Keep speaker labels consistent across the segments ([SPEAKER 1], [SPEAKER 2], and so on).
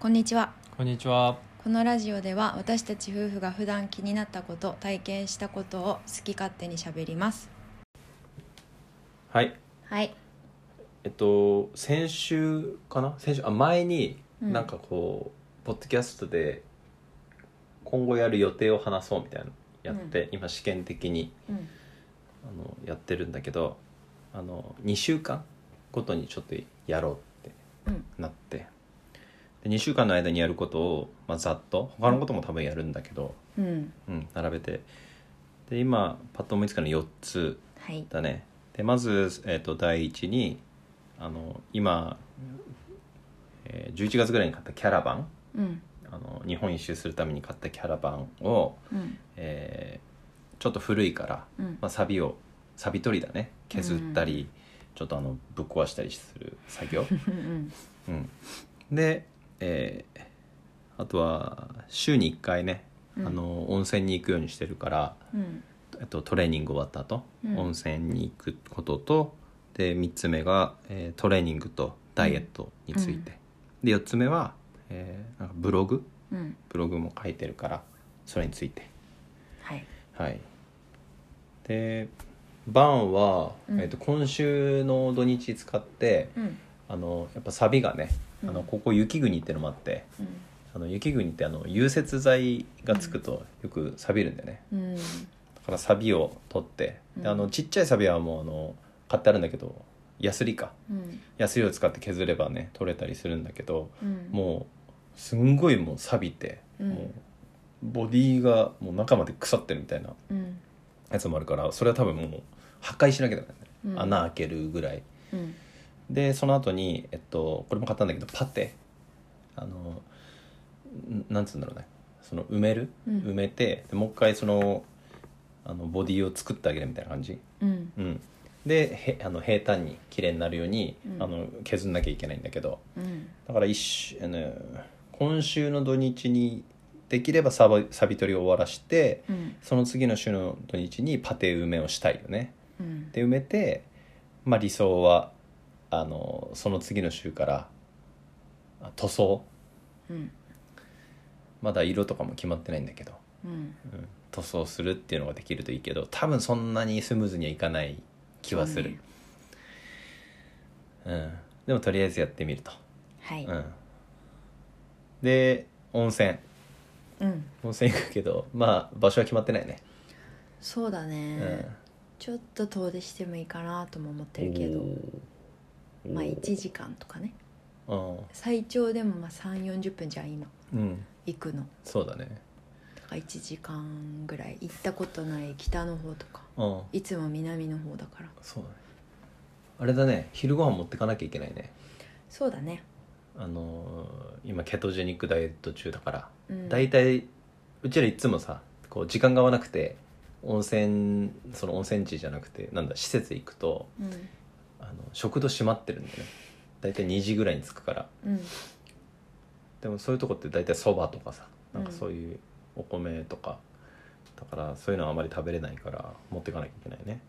[SPEAKER 1] こんにちは
[SPEAKER 2] こんにちは。
[SPEAKER 1] このラジオでは私たち夫婦が普段気になったこと体験したことを好き勝手にしゃべります
[SPEAKER 2] はい。
[SPEAKER 1] はい
[SPEAKER 2] えっと先週かな先週あ前に
[SPEAKER 1] うん
[SPEAKER 2] なんかこう、ポッドキャストで今後やる予定を話そうみたいなのやって、今試験的に
[SPEAKER 1] うん
[SPEAKER 2] あのやってるんだけどあの2週間ごとにちょっとやろうって
[SPEAKER 1] うん
[SPEAKER 2] なって、で2週間の間にやることを、まあ、ざっと他のことも多分やるんだけど、
[SPEAKER 1] うん
[SPEAKER 2] うん、並べてで今パッと思いつくの4つ
[SPEAKER 1] はい
[SPEAKER 2] だねでまず、えー、と第一にあの今、えー11月ぐらいに買ったキャラバン
[SPEAKER 1] うん
[SPEAKER 2] あの日本一周するために買ったキャラバンを、
[SPEAKER 1] うん
[SPEAKER 2] えーちょっと古いから、
[SPEAKER 1] うん
[SPEAKER 2] まあ、サビをサビ取りだね削ったり、ちょっとあのぶっ壊したりする作業、
[SPEAKER 1] うん
[SPEAKER 2] うん、で、えーあとは週に1回ねあ
[SPEAKER 1] うん
[SPEAKER 2] の温泉に行くようにしてるから、
[SPEAKER 1] うん
[SPEAKER 2] えっと、トレーニング終わった後、
[SPEAKER 1] うん
[SPEAKER 2] 温泉に行くこととで3つ目が、えートレーニングとダイエットについて、
[SPEAKER 1] うん
[SPEAKER 2] で4つ目は、えーなんかブログ
[SPEAKER 1] うん
[SPEAKER 2] ブログも書いてるからそれについて
[SPEAKER 1] はい
[SPEAKER 2] はいでバンは、
[SPEAKER 1] うん
[SPEAKER 2] えっと今週の土日使って
[SPEAKER 1] うん
[SPEAKER 2] あのやっぱサビがねあ
[SPEAKER 1] う
[SPEAKER 2] の
[SPEAKER 1] ん
[SPEAKER 2] ここ雪国ってのもあってあの雪国ってあの融雪剤がつくとよく錆びるんだよね、
[SPEAKER 1] うん
[SPEAKER 2] だからサビを取って、
[SPEAKER 1] う
[SPEAKER 2] で
[SPEAKER 1] ん
[SPEAKER 2] あのちっちゃいサビはもうあの買ってあるんだけどヤスリか
[SPEAKER 1] うん
[SPEAKER 2] ヤスリを使って削ればね取れたりするんだけど、
[SPEAKER 1] うん
[SPEAKER 2] もうすんごいもうサビて、
[SPEAKER 1] うん
[SPEAKER 2] もうボディがもう中まで腐ってるみたいな
[SPEAKER 1] うん
[SPEAKER 2] やつもあるからそれは多分もう破壊しなきゃだめね、
[SPEAKER 1] うん
[SPEAKER 2] 穴開けるぐらい
[SPEAKER 1] うん
[SPEAKER 2] でその後にえっとこれも買ったんだけどパテあのんなんつうんだろうねその埋める、
[SPEAKER 1] うん
[SPEAKER 2] 埋めてでもう一回そのあのボディを作ってあげるみたいな感じ、
[SPEAKER 1] うん
[SPEAKER 2] うん、でへあの平坦に綺麗になるように、
[SPEAKER 1] うん
[SPEAKER 2] あの削んなきゃいけないんだけど
[SPEAKER 1] うん
[SPEAKER 2] だから一週あの今週の土日にできればサビサビ取りを終わらして
[SPEAKER 1] うん
[SPEAKER 2] その次の週の土日にパテ埋めをしたいよね。
[SPEAKER 1] うん
[SPEAKER 2] で埋めて、まあ、理想はあのその次の週からあ塗装
[SPEAKER 1] うん
[SPEAKER 2] まだ色とかも決まってないんだけど、
[SPEAKER 1] うん
[SPEAKER 2] うん塗装するっていうのができるといいけど多分そんなにスムーズにはいかない気はする、うん、でもとりあえずやってみると、
[SPEAKER 1] はい
[SPEAKER 2] うん、で温泉
[SPEAKER 1] うん
[SPEAKER 2] 温泉行くけどまあ場所は決まってないね、
[SPEAKER 1] そうだ
[SPEAKER 2] う
[SPEAKER 1] ね、ちょっと遠出してもいいかなとも思ってるけど
[SPEAKER 2] ど
[SPEAKER 1] まあ1時間とかね最長でもまあ3 4 0分じゃん今
[SPEAKER 2] うん
[SPEAKER 1] 行くの
[SPEAKER 2] そうだね
[SPEAKER 1] だから1時間ぐらい行ったことない北の方とか
[SPEAKER 2] うん
[SPEAKER 1] いつも南の方だから
[SPEAKER 2] そうだねあれだね昼ご飯持ってかなきゃいけないね
[SPEAKER 1] そうだね、
[SPEAKER 2] あのー今ケトジェニックダイエット中だから
[SPEAKER 1] うん、
[SPEAKER 2] 大体うちらいつもさこう時間が合わなくて温泉その温泉地じゃなくてなんだ施設行くと
[SPEAKER 1] うん
[SPEAKER 2] あの食堂閉まってるんだよね大体2時ぐらいに着くから
[SPEAKER 1] うん
[SPEAKER 2] でもそういうとこって大体そばとかさなんか
[SPEAKER 1] うん
[SPEAKER 2] そういうお米とか、だからそういうのはあまり食べれないから持ってかなきゃいけないね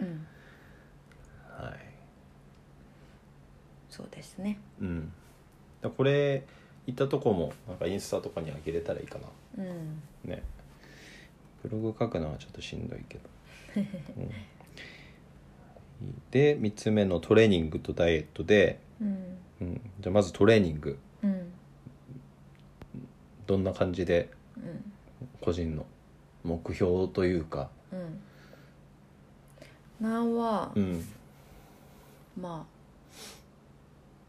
[SPEAKER 1] うん
[SPEAKER 2] はい
[SPEAKER 1] そうですね
[SPEAKER 2] うん、だこれ行ったとこもなんかインスタとかにあげれたらいいか
[SPEAKER 1] うん
[SPEAKER 2] なねブログ書くのはちょっとしんどい けど、うんで3つ目のトレーニングとダイエットで、
[SPEAKER 1] うん
[SPEAKER 2] うん、じゃあまずトレーニング
[SPEAKER 1] うん
[SPEAKER 2] どんな感じで
[SPEAKER 1] うん
[SPEAKER 2] 個人の目標というか
[SPEAKER 1] うんなんは、
[SPEAKER 2] うん
[SPEAKER 1] まあ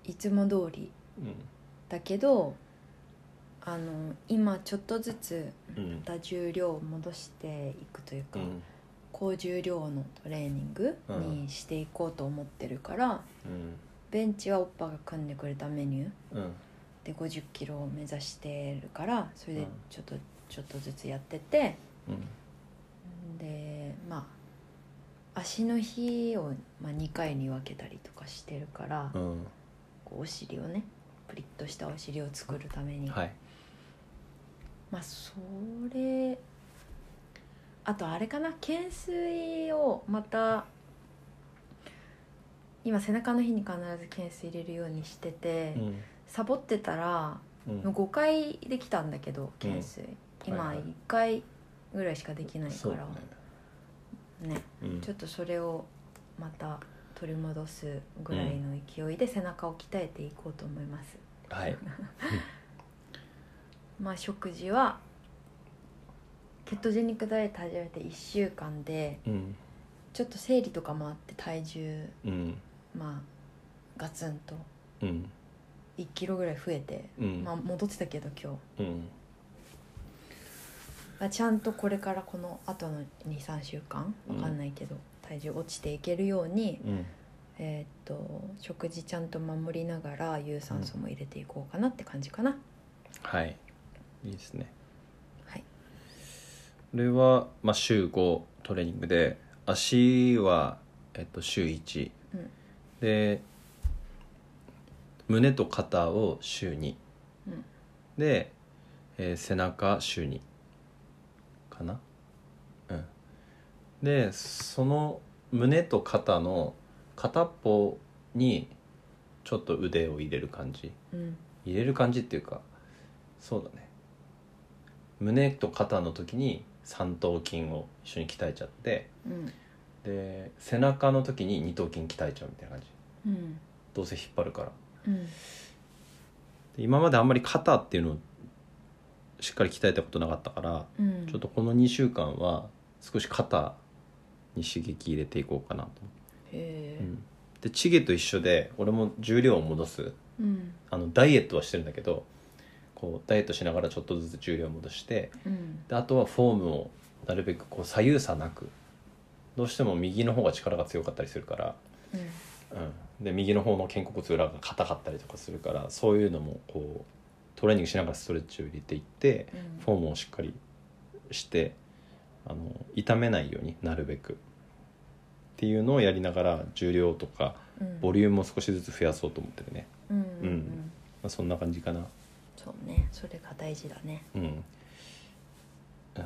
[SPEAKER 1] いつも通り
[SPEAKER 2] う
[SPEAKER 1] だけどあの今ちょっとずつ
[SPEAKER 2] んうん
[SPEAKER 1] また重量を戻していくという
[SPEAKER 2] う
[SPEAKER 1] か、
[SPEAKER 2] ん
[SPEAKER 1] 高重量のトレーニングにしていこうと思ってるから、ベンチはおっぱが組んでくれたメニュー
[SPEAKER 2] うん
[SPEAKER 1] で5 0キロを目指してるからそれ
[SPEAKER 2] う
[SPEAKER 1] で
[SPEAKER 2] ん
[SPEAKER 1] ちょっと、ちょっとずつやってて
[SPEAKER 2] うん
[SPEAKER 1] でまあ足の日を、まあ、2回に分けたりとかしてるから、
[SPEAKER 2] うん
[SPEAKER 1] こうお尻をねプリッとしたお尻を作るために、
[SPEAKER 2] はい
[SPEAKER 1] まあそれあとあれかな懸垂をまた今背中の日に必ず懸垂入れるようにしてて、
[SPEAKER 2] うん
[SPEAKER 1] サボってたら
[SPEAKER 2] うん
[SPEAKER 1] もう5回できたんだけど懸垂、今
[SPEAKER 2] はいはい
[SPEAKER 1] 1回ぐらいしかできないか
[SPEAKER 2] そうだ
[SPEAKER 1] ら
[SPEAKER 2] ね、
[SPEAKER 1] ね
[SPEAKER 2] うん、
[SPEAKER 1] ちょっとそれをまた取り戻すぐらいの勢いで背中を鍛えていこうと思います、
[SPEAKER 2] はい
[SPEAKER 1] まあ食事はケトジェニックダイエット始めて1週間で
[SPEAKER 2] うん
[SPEAKER 1] ちょっと生理とかもあって体重
[SPEAKER 2] うん
[SPEAKER 1] まあガツンと
[SPEAKER 2] うん
[SPEAKER 1] 1キロぐらい増えて、
[SPEAKER 2] うん、
[SPEAKER 1] まあ戻ってたけど今日
[SPEAKER 2] うん
[SPEAKER 1] あちゃんとこれからこの後の23週間わかんないけど、体重落ちていけるように、
[SPEAKER 2] うん
[SPEAKER 1] えーっと食事ちゃんと守りながら有酸素も入れていこうかなって感じかな、
[SPEAKER 2] はいいいですね
[SPEAKER 1] はい
[SPEAKER 2] これは、まあ、週5トレーニングで足は、えっと、週1、
[SPEAKER 1] うん
[SPEAKER 2] で胸と肩を週2、
[SPEAKER 1] うん
[SPEAKER 2] で、えー背中週2かなうんでその胸と肩の片っぽにちょっと腕を入れる感じ
[SPEAKER 1] うん
[SPEAKER 2] 入れる感じっていうかそうだね胸と肩の時に三頭筋を一緒に鍛えちゃって
[SPEAKER 1] うん
[SPEAKER 2] で背中の時に二頭筋鍛えちゃうみたいな感じ
[SPEAKER 1] うん
[SPEAKER 2] どうせ引っ張るから
[SPEAKER 1] うん
[SPEAKER 2] で今まであんまり肩っていうのをしっかり鍛えたことなかったから
[SPEAKER 1] うん
[SPEAKER 2] ちょっとこの2週間は少し肩に刺激入れていこうかなと思
[SPEAKER 1] へ
[SPEAKER 2] って、
[SPEAKER 1] え
[SPEAKER 2] でチゲと一緒で俺も重量を戻す
[SPEAKER 1] うん
[SPEAKER 2] あのダイエットはしてるんだけどこうダイエットしながらちょっとずつ重量を戻して
[SPEAKER 1] うん
[SPEAKER 2] であとはフォームをなるべくこう左右差なくどうしても右の方が力が強かったりするから、
[SPEAKER 1] うん
[SPEAKER 2] うん、で右の方の肩甲骨裏が硬かったりとかするからそういうのもこうトレーニングしながらストレッチを入れていって
[SPEAKER 1] うん
[SPEAKER 2] フォームをしっかりしてあの痛めないようになるべくっていうのをやりながら重量とか
[SPEAKER 1] うん
[SPEAKER 2] ボリュームを少しずつ増やそうと思ってるね、
[SPEAKER 1] うんう
[SPEAKER 2] うんんまあ、そんな感じかな
[SPEAKER 1] そうねそれが大事だね
[SPEAKER 2] うん、うん、だ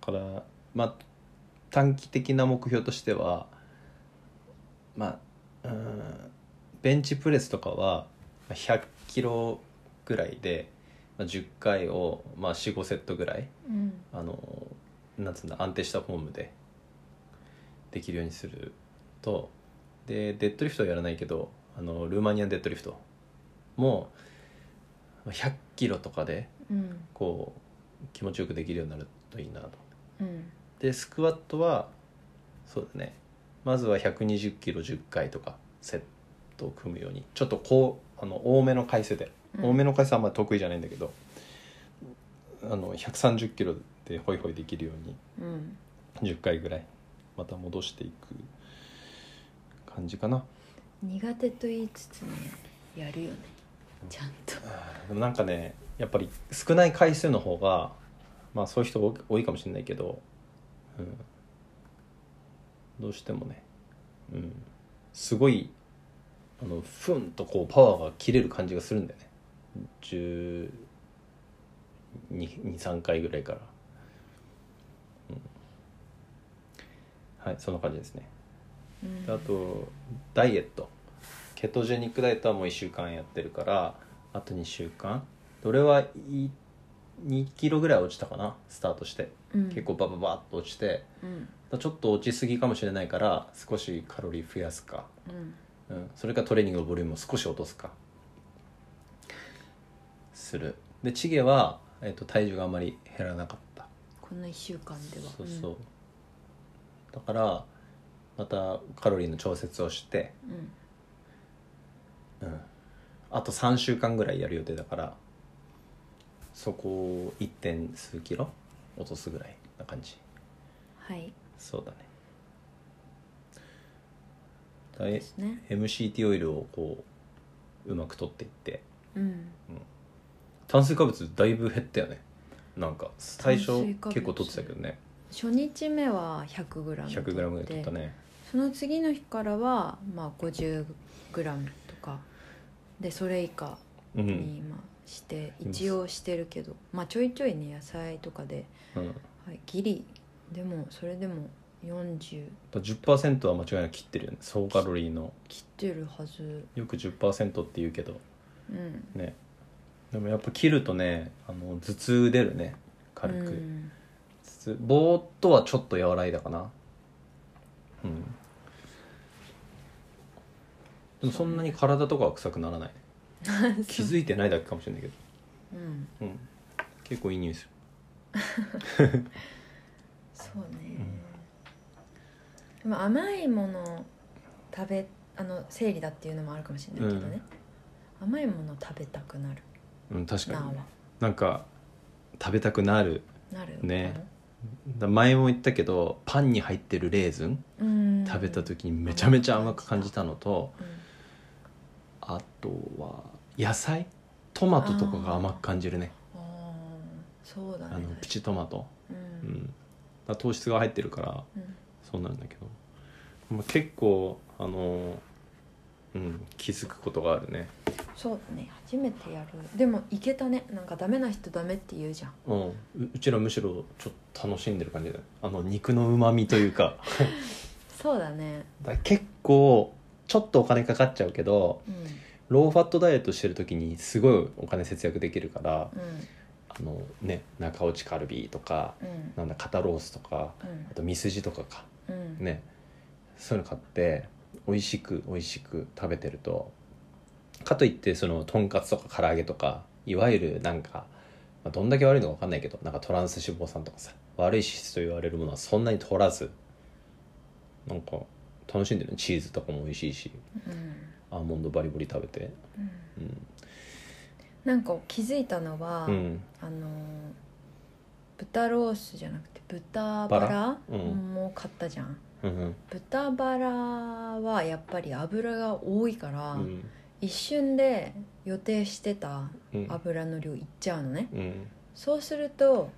[SPEAKER 2] からまあ短期的な目標としてはまあうんベンチプレスとかはまあ100キロぐらいでまあ10回を、まあ、45セットぐらい
[SPEAKER 1] うん
[SPEAKER 2] あのなんつうんだ安定したフォームでできるようにするとでデッドリフトはやらないけどあのルーマニアンデッドリフトもまあ100キロとかで
[SPEAKER 1] うん
[SPEAKER 2] こう気持ちよくできるようになるといいなと
[SPEAKER 1] うん
[SPEAKER 2] でスクワットはそうだねまずは120キロ10回とかセットを組むようにちょっとこうあの多めの回数で、
[SPEAKER 1] うん
[SPEAKER 2] 多めの回数はあんまり得意じゃないんだけどあの130キロでホイホイできるように
[SPEAKER 1] うん
[SPEAKER 2] 10回ぐらいまた戻していく感じかな
[SPEAKER 1] 苦手と言いつつねやるよねちゃんと
[SPEAKER 2] でもなんかねやっぱり少ない回数の方がまあそういう人多多いかもしれないけど、うん、どうしてもね、うん、すごいあのふんとこうパワーが切れる感じがするんだよね123回ぐらいから、うん、はいそんな感じですね
[SPEAKER 1] うん
[SPEAKER 2] あとダイエットケトジェニックダイエットはもう1週間やってるからあと2週間俺はい2キロぐらい落ちたかなスタートして
[SPEAKER 1] うん
[SPEAKER 2] 結構バババッと落ちて
[SPEAKER 1] うん
[SPEAKER 2] ちょっと落ちすぎかもしれないから少しカロリー増やすか、
[SPEAKER 1] うん
[SPEAKER 2] うん、それかトレーニングのボリュームを少し落とすかするでチゲは、えっと体重があまり減らなかった
[SPEAKER 1] この1週間では
[SPEAKER 2] そうそう、だからまたカロリーの調節をして
[SPEAKER 1] うん
[SPEAKER 2] うん、あと3週間ぐらいやる予定だからそこを 1. 点数キロ落とすぐらいな感じ
[SPEAKER 1] はい
[SPEAKER 2] そうだねだい
[SPEAKER 1] ですね
[SPEAKER 2] MCT オイルをこううまく取っていって
[SPEAKER 1] うん
[SPEAKER 2] 炭水化物だいぶ減ったよねなんか最初
[SPEAKER 1] 炭水化物
[SPEAKER 2] 結構取ってたけどね
[SPEAKER 1] 初日目は 100g
[SPEAKER 2] 1 0 0ムぐらい取ったね
[SPEAKER 1] その次の日からはまあ 50g とかでそれ以下
[SPEAKER 2] うん、
[SPEAKER 1] に今して、一応してるけどまあちょいちょいね野菜とかで、
[SPEAKER 2] うん、
[SPEAKER 1] はい、ギリでもそれでも40
[SPEAKER 2] だ10%は間違いなく切ってるよね総カロリーの
[SPEAKER 1] 切ってるはず
[SPEAKER 2] よく10%って言うけど
[SPEAKER 1] うん
[SPEAKER 2] ねでもやっぱ切るとねあの頭痛出るね軽
[SPEAKER 1] う
[SPEAKER 2] く、
[SPEAKER 1] ん
[SPEAKER 2] 頭痛ぼーっとはちょっと和らいだかなうんでもそんなに体とかは臭くならないね気づいてないだけかもしれないけど、
[SPEAKER 1] うん
[SPEAKER 2] うん、結構いい匂いする
[SPEAKER 1] そうね、でも甘いもの食べあの生理だっていうのもあるかもしれないけどね、甘いもの食べたくなる
[SPEAKER 2] うん確か
[SPEAKER 1] な
[SPEAKER 2] に
[SPEAKER 1] は
[SPEAKER 2] なんか食べたくなる
[SPEAKER 1] なる
[SPEAKER 2] ねだ前も言ったけどパンに入ってるレーズン
[SPEAKER 1] うん
[SPEAKER 2] 食べた時にめちゃめちゃ甘く感じたのと
[SPEAKER 1] うん
[SPEAKER 2] あとは野菜トマトとかが甘く感じるね
[SPEAKER 1] あーそうだ
[SPEAKER 2] あ
[SPEAKER 1] ね
[SPEAKER 2] のプチトマト、
[SPEAKER 1] う
[SPEAKER 2] うんん、だから糖質が入ってるから
[SPEAKER 1] うん
[SPEAKER 2] そうなるんだけど、まあ、結構あのうん気づくことがあるね
[SPEAKER 1] そうだね初めてやるでもいけたねなんかダメな人ダメって言うじゃん
[SPEAKER 2] うん、ううちらむしろちょっと楽しんでる感じだよあの肉のうまみというか
[SPEAKER 1] そうだね
[SPEAKER 2] だから結構ちょっとお金かかっちゃうけど
[SPEAKER 1] うん
[SPEAKER 2] ローファットダイエットしてる時にすごいお金節約できるから
[SPEAKER 1] うん
[SPEAKER 2] あのね中落ちカルビとか
[SPEAKER 1] うん
[SPEAKER 2] なんだ肩ロースとかあとミスジとかか
[SPEAKER 1] うんうん
[SPEAKER 2] ねそういうの買って美味しく美味しく食べてるとかといってそのとんかつとか唐揚げとかいわゆるなんか、まあ、どんだけ悪いのか分かんないけどなんかトランス脂肪酸とかさ悪い脂質と言われるものはそんなに取らずなんか楽しんでるねチーズとかも美味しいし
[SPEAKER 1] うん
[SPEAKER 2] アーモンドバリバリ食べて
[SPEAKER 1] うん
[SPEAKER 2] うん、
[SPEAKER 1] なんか気づいたのは、
[SPEAKER 2] うん、
[SPEAKER 1] あのー豚ロースじゃなくて豚バラ
[SPEAKER 2] バラうん
[SPEAKER 1] も買ったじゃん、
[SPEAKER 2] うんうん
[SPEAKER 1] 豚バラはやっぱり油が多いから、
[SPEAKER 2] うん
[SPEAKER 1] 一瞬で予定してた
[SPEAKER 2] うん
[SPEAKER 1] 油の量いっちゃうのね
[SPEAKER 2] うん
[SPEAKER 1] そうすると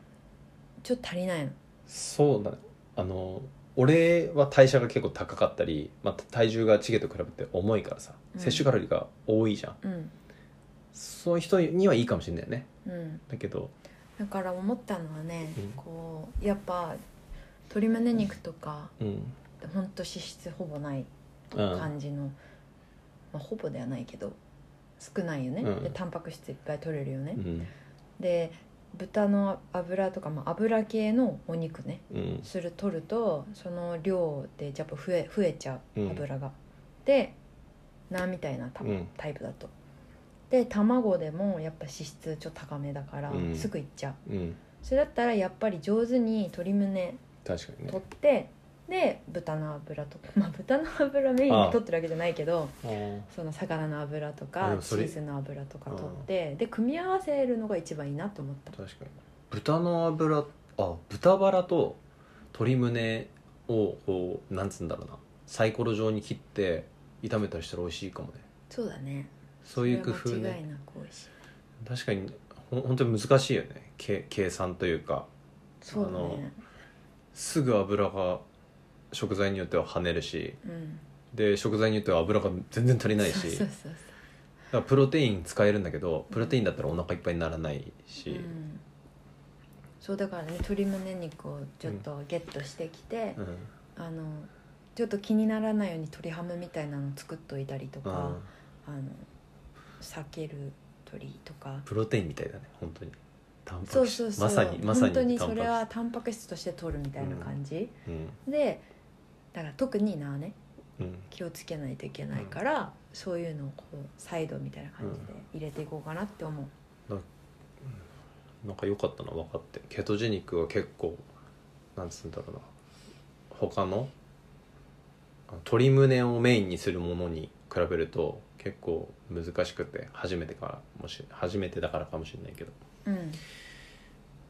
[SPEAKER 1] ちょっと足りないの
[SPEAKER 2] そうだねあの俺は代謝が結構高かったり、まあ、体重がチゲと比べて重いからさ
[SPEAKER 1] うん
[SPEAKER 2] 摂取カロリーが多いじゃん、
[SPEAKER 1] うん
[SPEAKER 2] そういう人にはいいかもしれないよね
[SPEAKER 1] うん
[SPEAKER 2] だけど
[SPEAKER 1] だから思ったのはね、
[SPEAKER 2] うん
[SPEAKER 1] こうやっぱ鶏胸肉とか
[SPEAKER 2] うん
[SPEAKER 1] ほんと脂質ほぼない
[SPEAKER 2] うん
[SPEAKER 1] 感じの、まあ、ほぼではないけど少ないよね、
[SPEAKER 2] うん
[SPEAKER 1] でタンパク質いっぱい取れるよね
[SPEAKER 2] う、ん
[SPEAKER 1] で豚の油とか、まあ、油系のお肉ね
[SPEAKER 2] うん
[SPEAKER 1] する取るとその量でやっぱ増え増えちゃ
[SPEAKER 2] う
[SPEAKER 1] うん油が、でなみたいなタ,、
[SPEAKER 2] うん
[SPEAKER 1] タイプだとで卵でもやっぱ脂質ちょっと高めだから、
[SPEAKER 2] うん
[SPEAKER 1] すぐいっちゃう
[SPEAKER 2] うん
[SPEAKER 1] それだったらやっぱり上手に鶏胸
[SPEAKER 2] 確かにね
[SPEAKER 1] 取ってで豚の油とかまあ豚の油メインで取ってるわけじゃないけどその魚の油と
[SPEAKER 2] あで
[SPEAKER 1] か
[SPEAKER 2] も
[SPEAKER 1] チ
[SPEAKER 2] それ
[SPEAKER 1] ーズの油とか取ってで組み合わせるのが一番いいなと思った
[SPEAKER 2] 確かに豚の脂あ豚バラと鶏胸をこうなんつうんだろうなサイコロ状に切って炒めたりしたら美味しいかもね
[SPEAKER 1] そうだね
[SPEAKER 2] そういう工
[SPEAKER 1] そ
[SPEAKER 2] 夫
[SPEAKER 1] れは間
[SPEAKER 2] ね
[SPEAKER 1] 違いなく美味しい
[SPEAKER 2] 確かにほん本当に難しいよねけ計算というか
[SPEAKER 1] そうだね
[SPEAKER 2] すぐ油が食材によっては跳ねるし
[SPEAKER 1] うん
[SPEAKER 2] で食材によっては油が全然足りないし
[SPEAKER 1] そうそうそう
[SPEAKER 2] だからプロテイン使えるんだけどプロテインだったらお腹いっぱいにならない
[SPEAKER 1] そう、う
[SPEAKER 2] し、
[SPEAKER 1] ん、そうだからね鶏胸肉をちょっとゲットしてきて
[SPEAKER 2] う、ん
[SPEAKER 1] あのちょっと気にならないように鶏ハムみたいなの作っといたりと
[SPEAKER 2] う
[SPEAKER 1] か
[SPEAKER 2] ん、
[SPEAKER 1] あの避ける鶏とか
[SPEAKER 2] プロテインみたいだね本当にタンパ
[SPEAKER 1] そう
[SPEAKER 2] ク質
[SPEAKER 1] そうそう
[SPEAKER 2] まさにまさ
[SPEAKER 1] 本
[SPEAKER 2] に
[SPEAKER 1] 当にそ
[SPEAKER 2] タンパク質
[SPEAKER 1] れはタンパク質として取るみたいな感じ、
[SPEAKER 2] うん
[SPEAKER 1] でだから特になね
[SPEAKER 2] うん
[SPEAKER 1] 気をつけないといけないから、そういうのをこうサイドみたいな感じで入れていこうかなって思う、
[SPEAKER 2] なんか良かったな分かってケトジェニックは結構なんつうんだろうな他のあ鶏胸をメインにするものに比べると結構難しくて初めてからもし初めてだからかもしれないけど
[SPEAKER 1] うん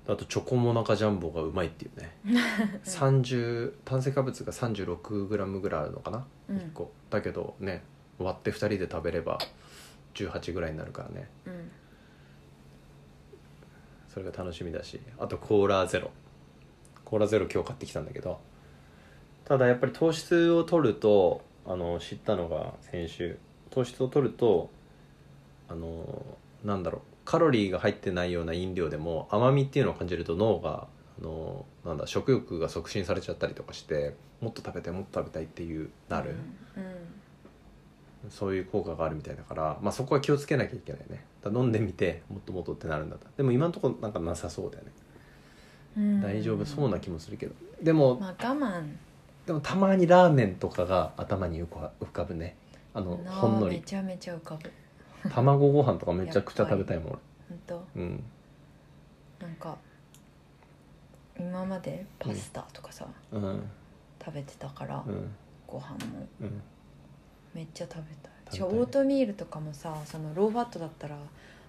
[SPEAKER 2] あとチョコモナカジャンボがうまいってい うね30炭水化物が 36g ぐらいあるのかな、
[SPEAKER 1] うん
[SPEAKER 2] 1個だけどね割って2人で食べれば18ぐらいになるからね
[SPEAKER 1] うん
[SPEAKER 2] それが楽しみだしあとコーラゼロコーラゼロ今日買ってきたんだけどただやっぱり糖質を取るとあの知ったのが先週糖質を取るとあのなんだろうカロリーが入ってないような飲料でも甘みっていうのを感じると脳があのなんだ食欲が促進されちゃったりとかしてもっと食べたいもっと食べたいっていうなる、
[SPEAKER 1] うん
[SPEAKER 2] そういう効果があるみたいだから、まあ、そこは気をつけなきゃいけないねだから飲んでみてもっともっとってなるんだったらでも今のところなんかなさそうだよね、
[SPEAKER 1] うん
[SPEAKER 2] 大丈夫そうな気もするけどでも、
[SPEAKER 1] まあ我慢
[SPEAKER 2] でもたまにラーメンとかが頭に浮か浮かぶねあの
[SPEAKER 1] な
[SPEAKER 2] ほんの
[SPEAKER 1] め
[SPEAKER 2] り
[SPEAKER 1] ちゃめちゃ浮かぶ
[SPEAKER 2] 卵ご飯とかめちゃくちゃ食べたいもん俺
[SPEAKER 1] 本当
[SPEAKER 2] うん
[SPEAKER 1] なんか今までパスタとかさ、
[SPEAKER 2] うん
[SPEAKER 1] 食べてたから、
[SPEAKER 2] うん
[SPEAKER 1] ご飯も
[SPEAKER 2] うん
[SPEAKER 1] めっちゃ食べたい
[SPEAKER 2] 食べたい
[SPEAKER 1] しかもオートミールとかもさそのローファットだったら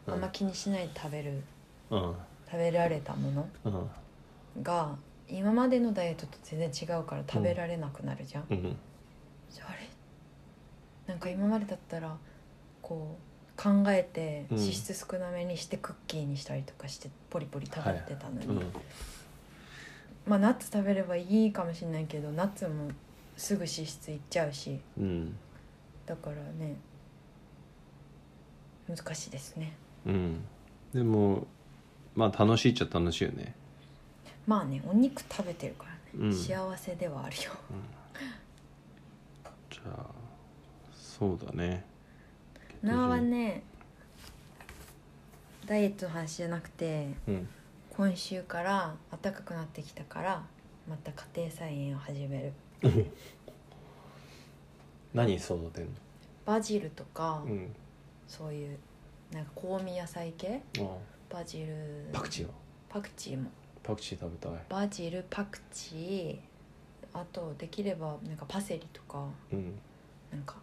[SPEAKER 1] あんま気にしないで食べる、
[SPEAKER 2] うん
[SPEAKER 1] 食べられたもの
[SPEAKER 2] うん
[SPEAKER 1] が今までのダイエットと全然違うから食べられなくなるじゃん、
[SPEAKER 2] うん
[SPEAKER 1] それなんか今までだったらこう考えて
[SPEAKER 2] うん
[SPEAKER 1] 脂質少なめにしてクッキーにしたりとかしてポリポリ食べてたのに、
[SPEAKER 2] うん
[SPEAKER 1] まあナッツ食べればいいかもしれないけどナッツもすぐ脂質いっちゃうし
[SPEAKER 2] うん
[SPEAKER 1] だからね難しいですね
[SPEAKER 2] うんでもまあ楽しいっちゃ楽しいよね
[SPEAKER 1] まあねお肉食べてるからね、
[SPEAKER 2] うん
[SPEAKER 1] 幸せではあるよ
[SPEAKER 2] じゃあそうだね
[SPEAKER 1] なはねダイエットの話じゃなくて
[SPEAKER 2] うん
[SPEAKER 1] 今週から暖かくなってきたからまた家庭菜園を始める
[SPEAKER 2] 何育てんの
[SPEAKER 1] バジルとか、
[SPEAKER 2] うん
[SPEAKER 1] そういうなんか香味野菜系
[SPEAKER 2] あ
[SPEAKER 1] バジル
[SPEAKER 2] パクチーは
[SPEAKER 1] パクチーも
[SPEAKER 2] パクチー食べたい
[SPEAKER 1] バジルパクチーあとできればなんかパセリとか
[SPEAKER 2] うん
[SPEAKER 1] なんか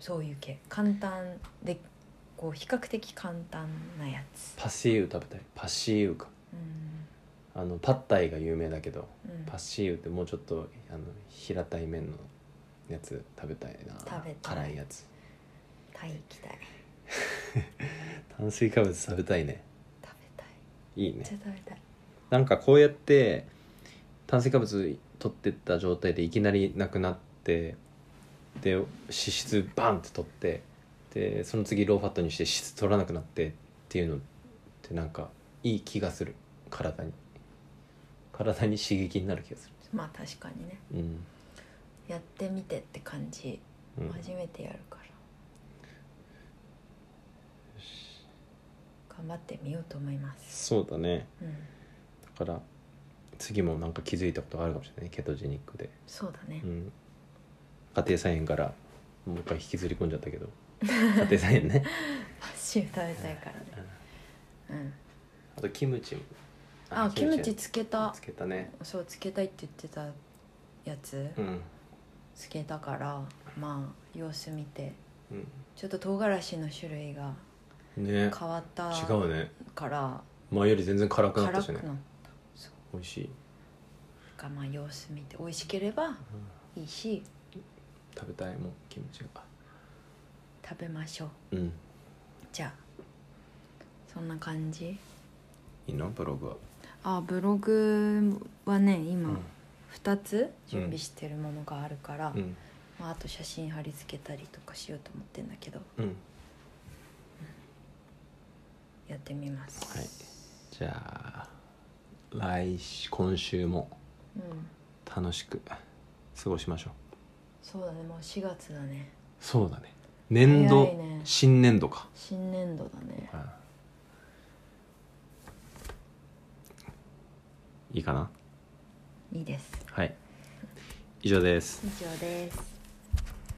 [SPEAKER 1] そういう系簡単でこう比較的簡単なやつ
[SPEAKER 2] パシーユ食べたいパシーユか
[SPEAKER 1] うん
[SPEAKER 2] あのパッタイが有名だけど
[SPEAKER 1] うん
[SPEAKER 2] パシーユってもうちょっとあの平たい麺のやつ食べたいな
[SPEAKER 1] 食べたい
[SPEAKER 2] 辛いやつ
[SPEAKER 1] タイ行きたい
[SPEAKER 2] 炭水化物食べたいね
[SPEAKER 1] 食べたい
[SPEAKER 2] いい
[SPEAKER 1] め
[SPEAKER 2] ね
[SPEAKER 1] っちゃ食べたい
[SPEAKER 2] なんかこうやって炭水化物取ってった状態でいきなりなくなってで脂質バンって取ってでその次ローファットにして脂質取らなくなってっていうのってなんかいい気がする体に体に刺激になる気がす
[SPEAKER 1] まあ確かにね
[SPEAKER 2] るうん、
[SPEAKER 1] やってみてって感じ
[SPEAKER 2] うん、
[SPEAKER 1] 初めてやるから、頑張ってみようと思います
[SPEAKER 2] そうだね
[SPEAKER 1] うん
[SPEAKER 2] だから次もなんか気づいたことがあるかもしれないケトジェニックで、
[SPEAKER 1] そうだね、
[SPEAKER 2] うん、家庭菜園からもう一回引きずり込んじゃったけ ど家庭菜園ね
[SPEAKER 1] パッシュ食べたいからねうん
[SPEAKER 2] あとキムチも
[SPEAKER 1] あキムチつけた
[SPEAKER 2] つけたね
[SPEAKER 1] そうつけたいって言ってたやつ
[SPEAKER 2] うん
[SPEAKER 1] つけたからまあ様子見て
[SPEAKER 2] う
[SPEAKER 1] ちょっと唐辛子の種類が
[SPEAKER 2] んね
[SPEAKER 1] 変わった
[SPEAKER 2] 違うね
[SPEAKER 1] から
[SPEAKER 2] 前より全然辛くなった
[SPEAKER 1] 辛
[SPEAKER 2] し
[SPEAKER 1] く
[SPEAKER 2] ね
[SPEAKER 1] なっ
[SPEAKER 2] 美味しい
[SPEAKER 1] たからまあ様子見て美味しければいいし
[SPEAKER 2] 食べたいもんキムチが
[SPEAKER 1] 食べましょう
[SPEAKER 2] うん
[SPEAKER 1] じゃあそんな感じ
[SPEAKER 2] いいのブログは
[SPEAKER 1] あブログはね
[SPEAKER 2] う
[SPEAKER 1] 今
[SPEAKER 2] ん
[SPEAKER 1] 2つ準備してるものがあるから、
[SPEAKER 2] うん
[SPEAKER 1] まあ、あと写真貼り付けたりとかしようと思ってんだけど
[SPEAKER 2] うん
[SPEAKER 1] やってみます
[SPEAKER 2] はいじゃあ来週今週も
[SPEAKER 1] うん
[SPEAKER 2] 楽しく過ごしましょう
[SPEAKER 1] そうだねもう4月だね
[SPEAKER 2] そうだね年度
[SPEAKER 1] 早いね
[SPEAKER 2] 新年度か
[SPEAKER 1] 新年度だね
[SPEAKER 2] いいかない
[SPEAKER 1] いです
[SPEAKER 2] はい以上です
[SPEAKER 1] 以上です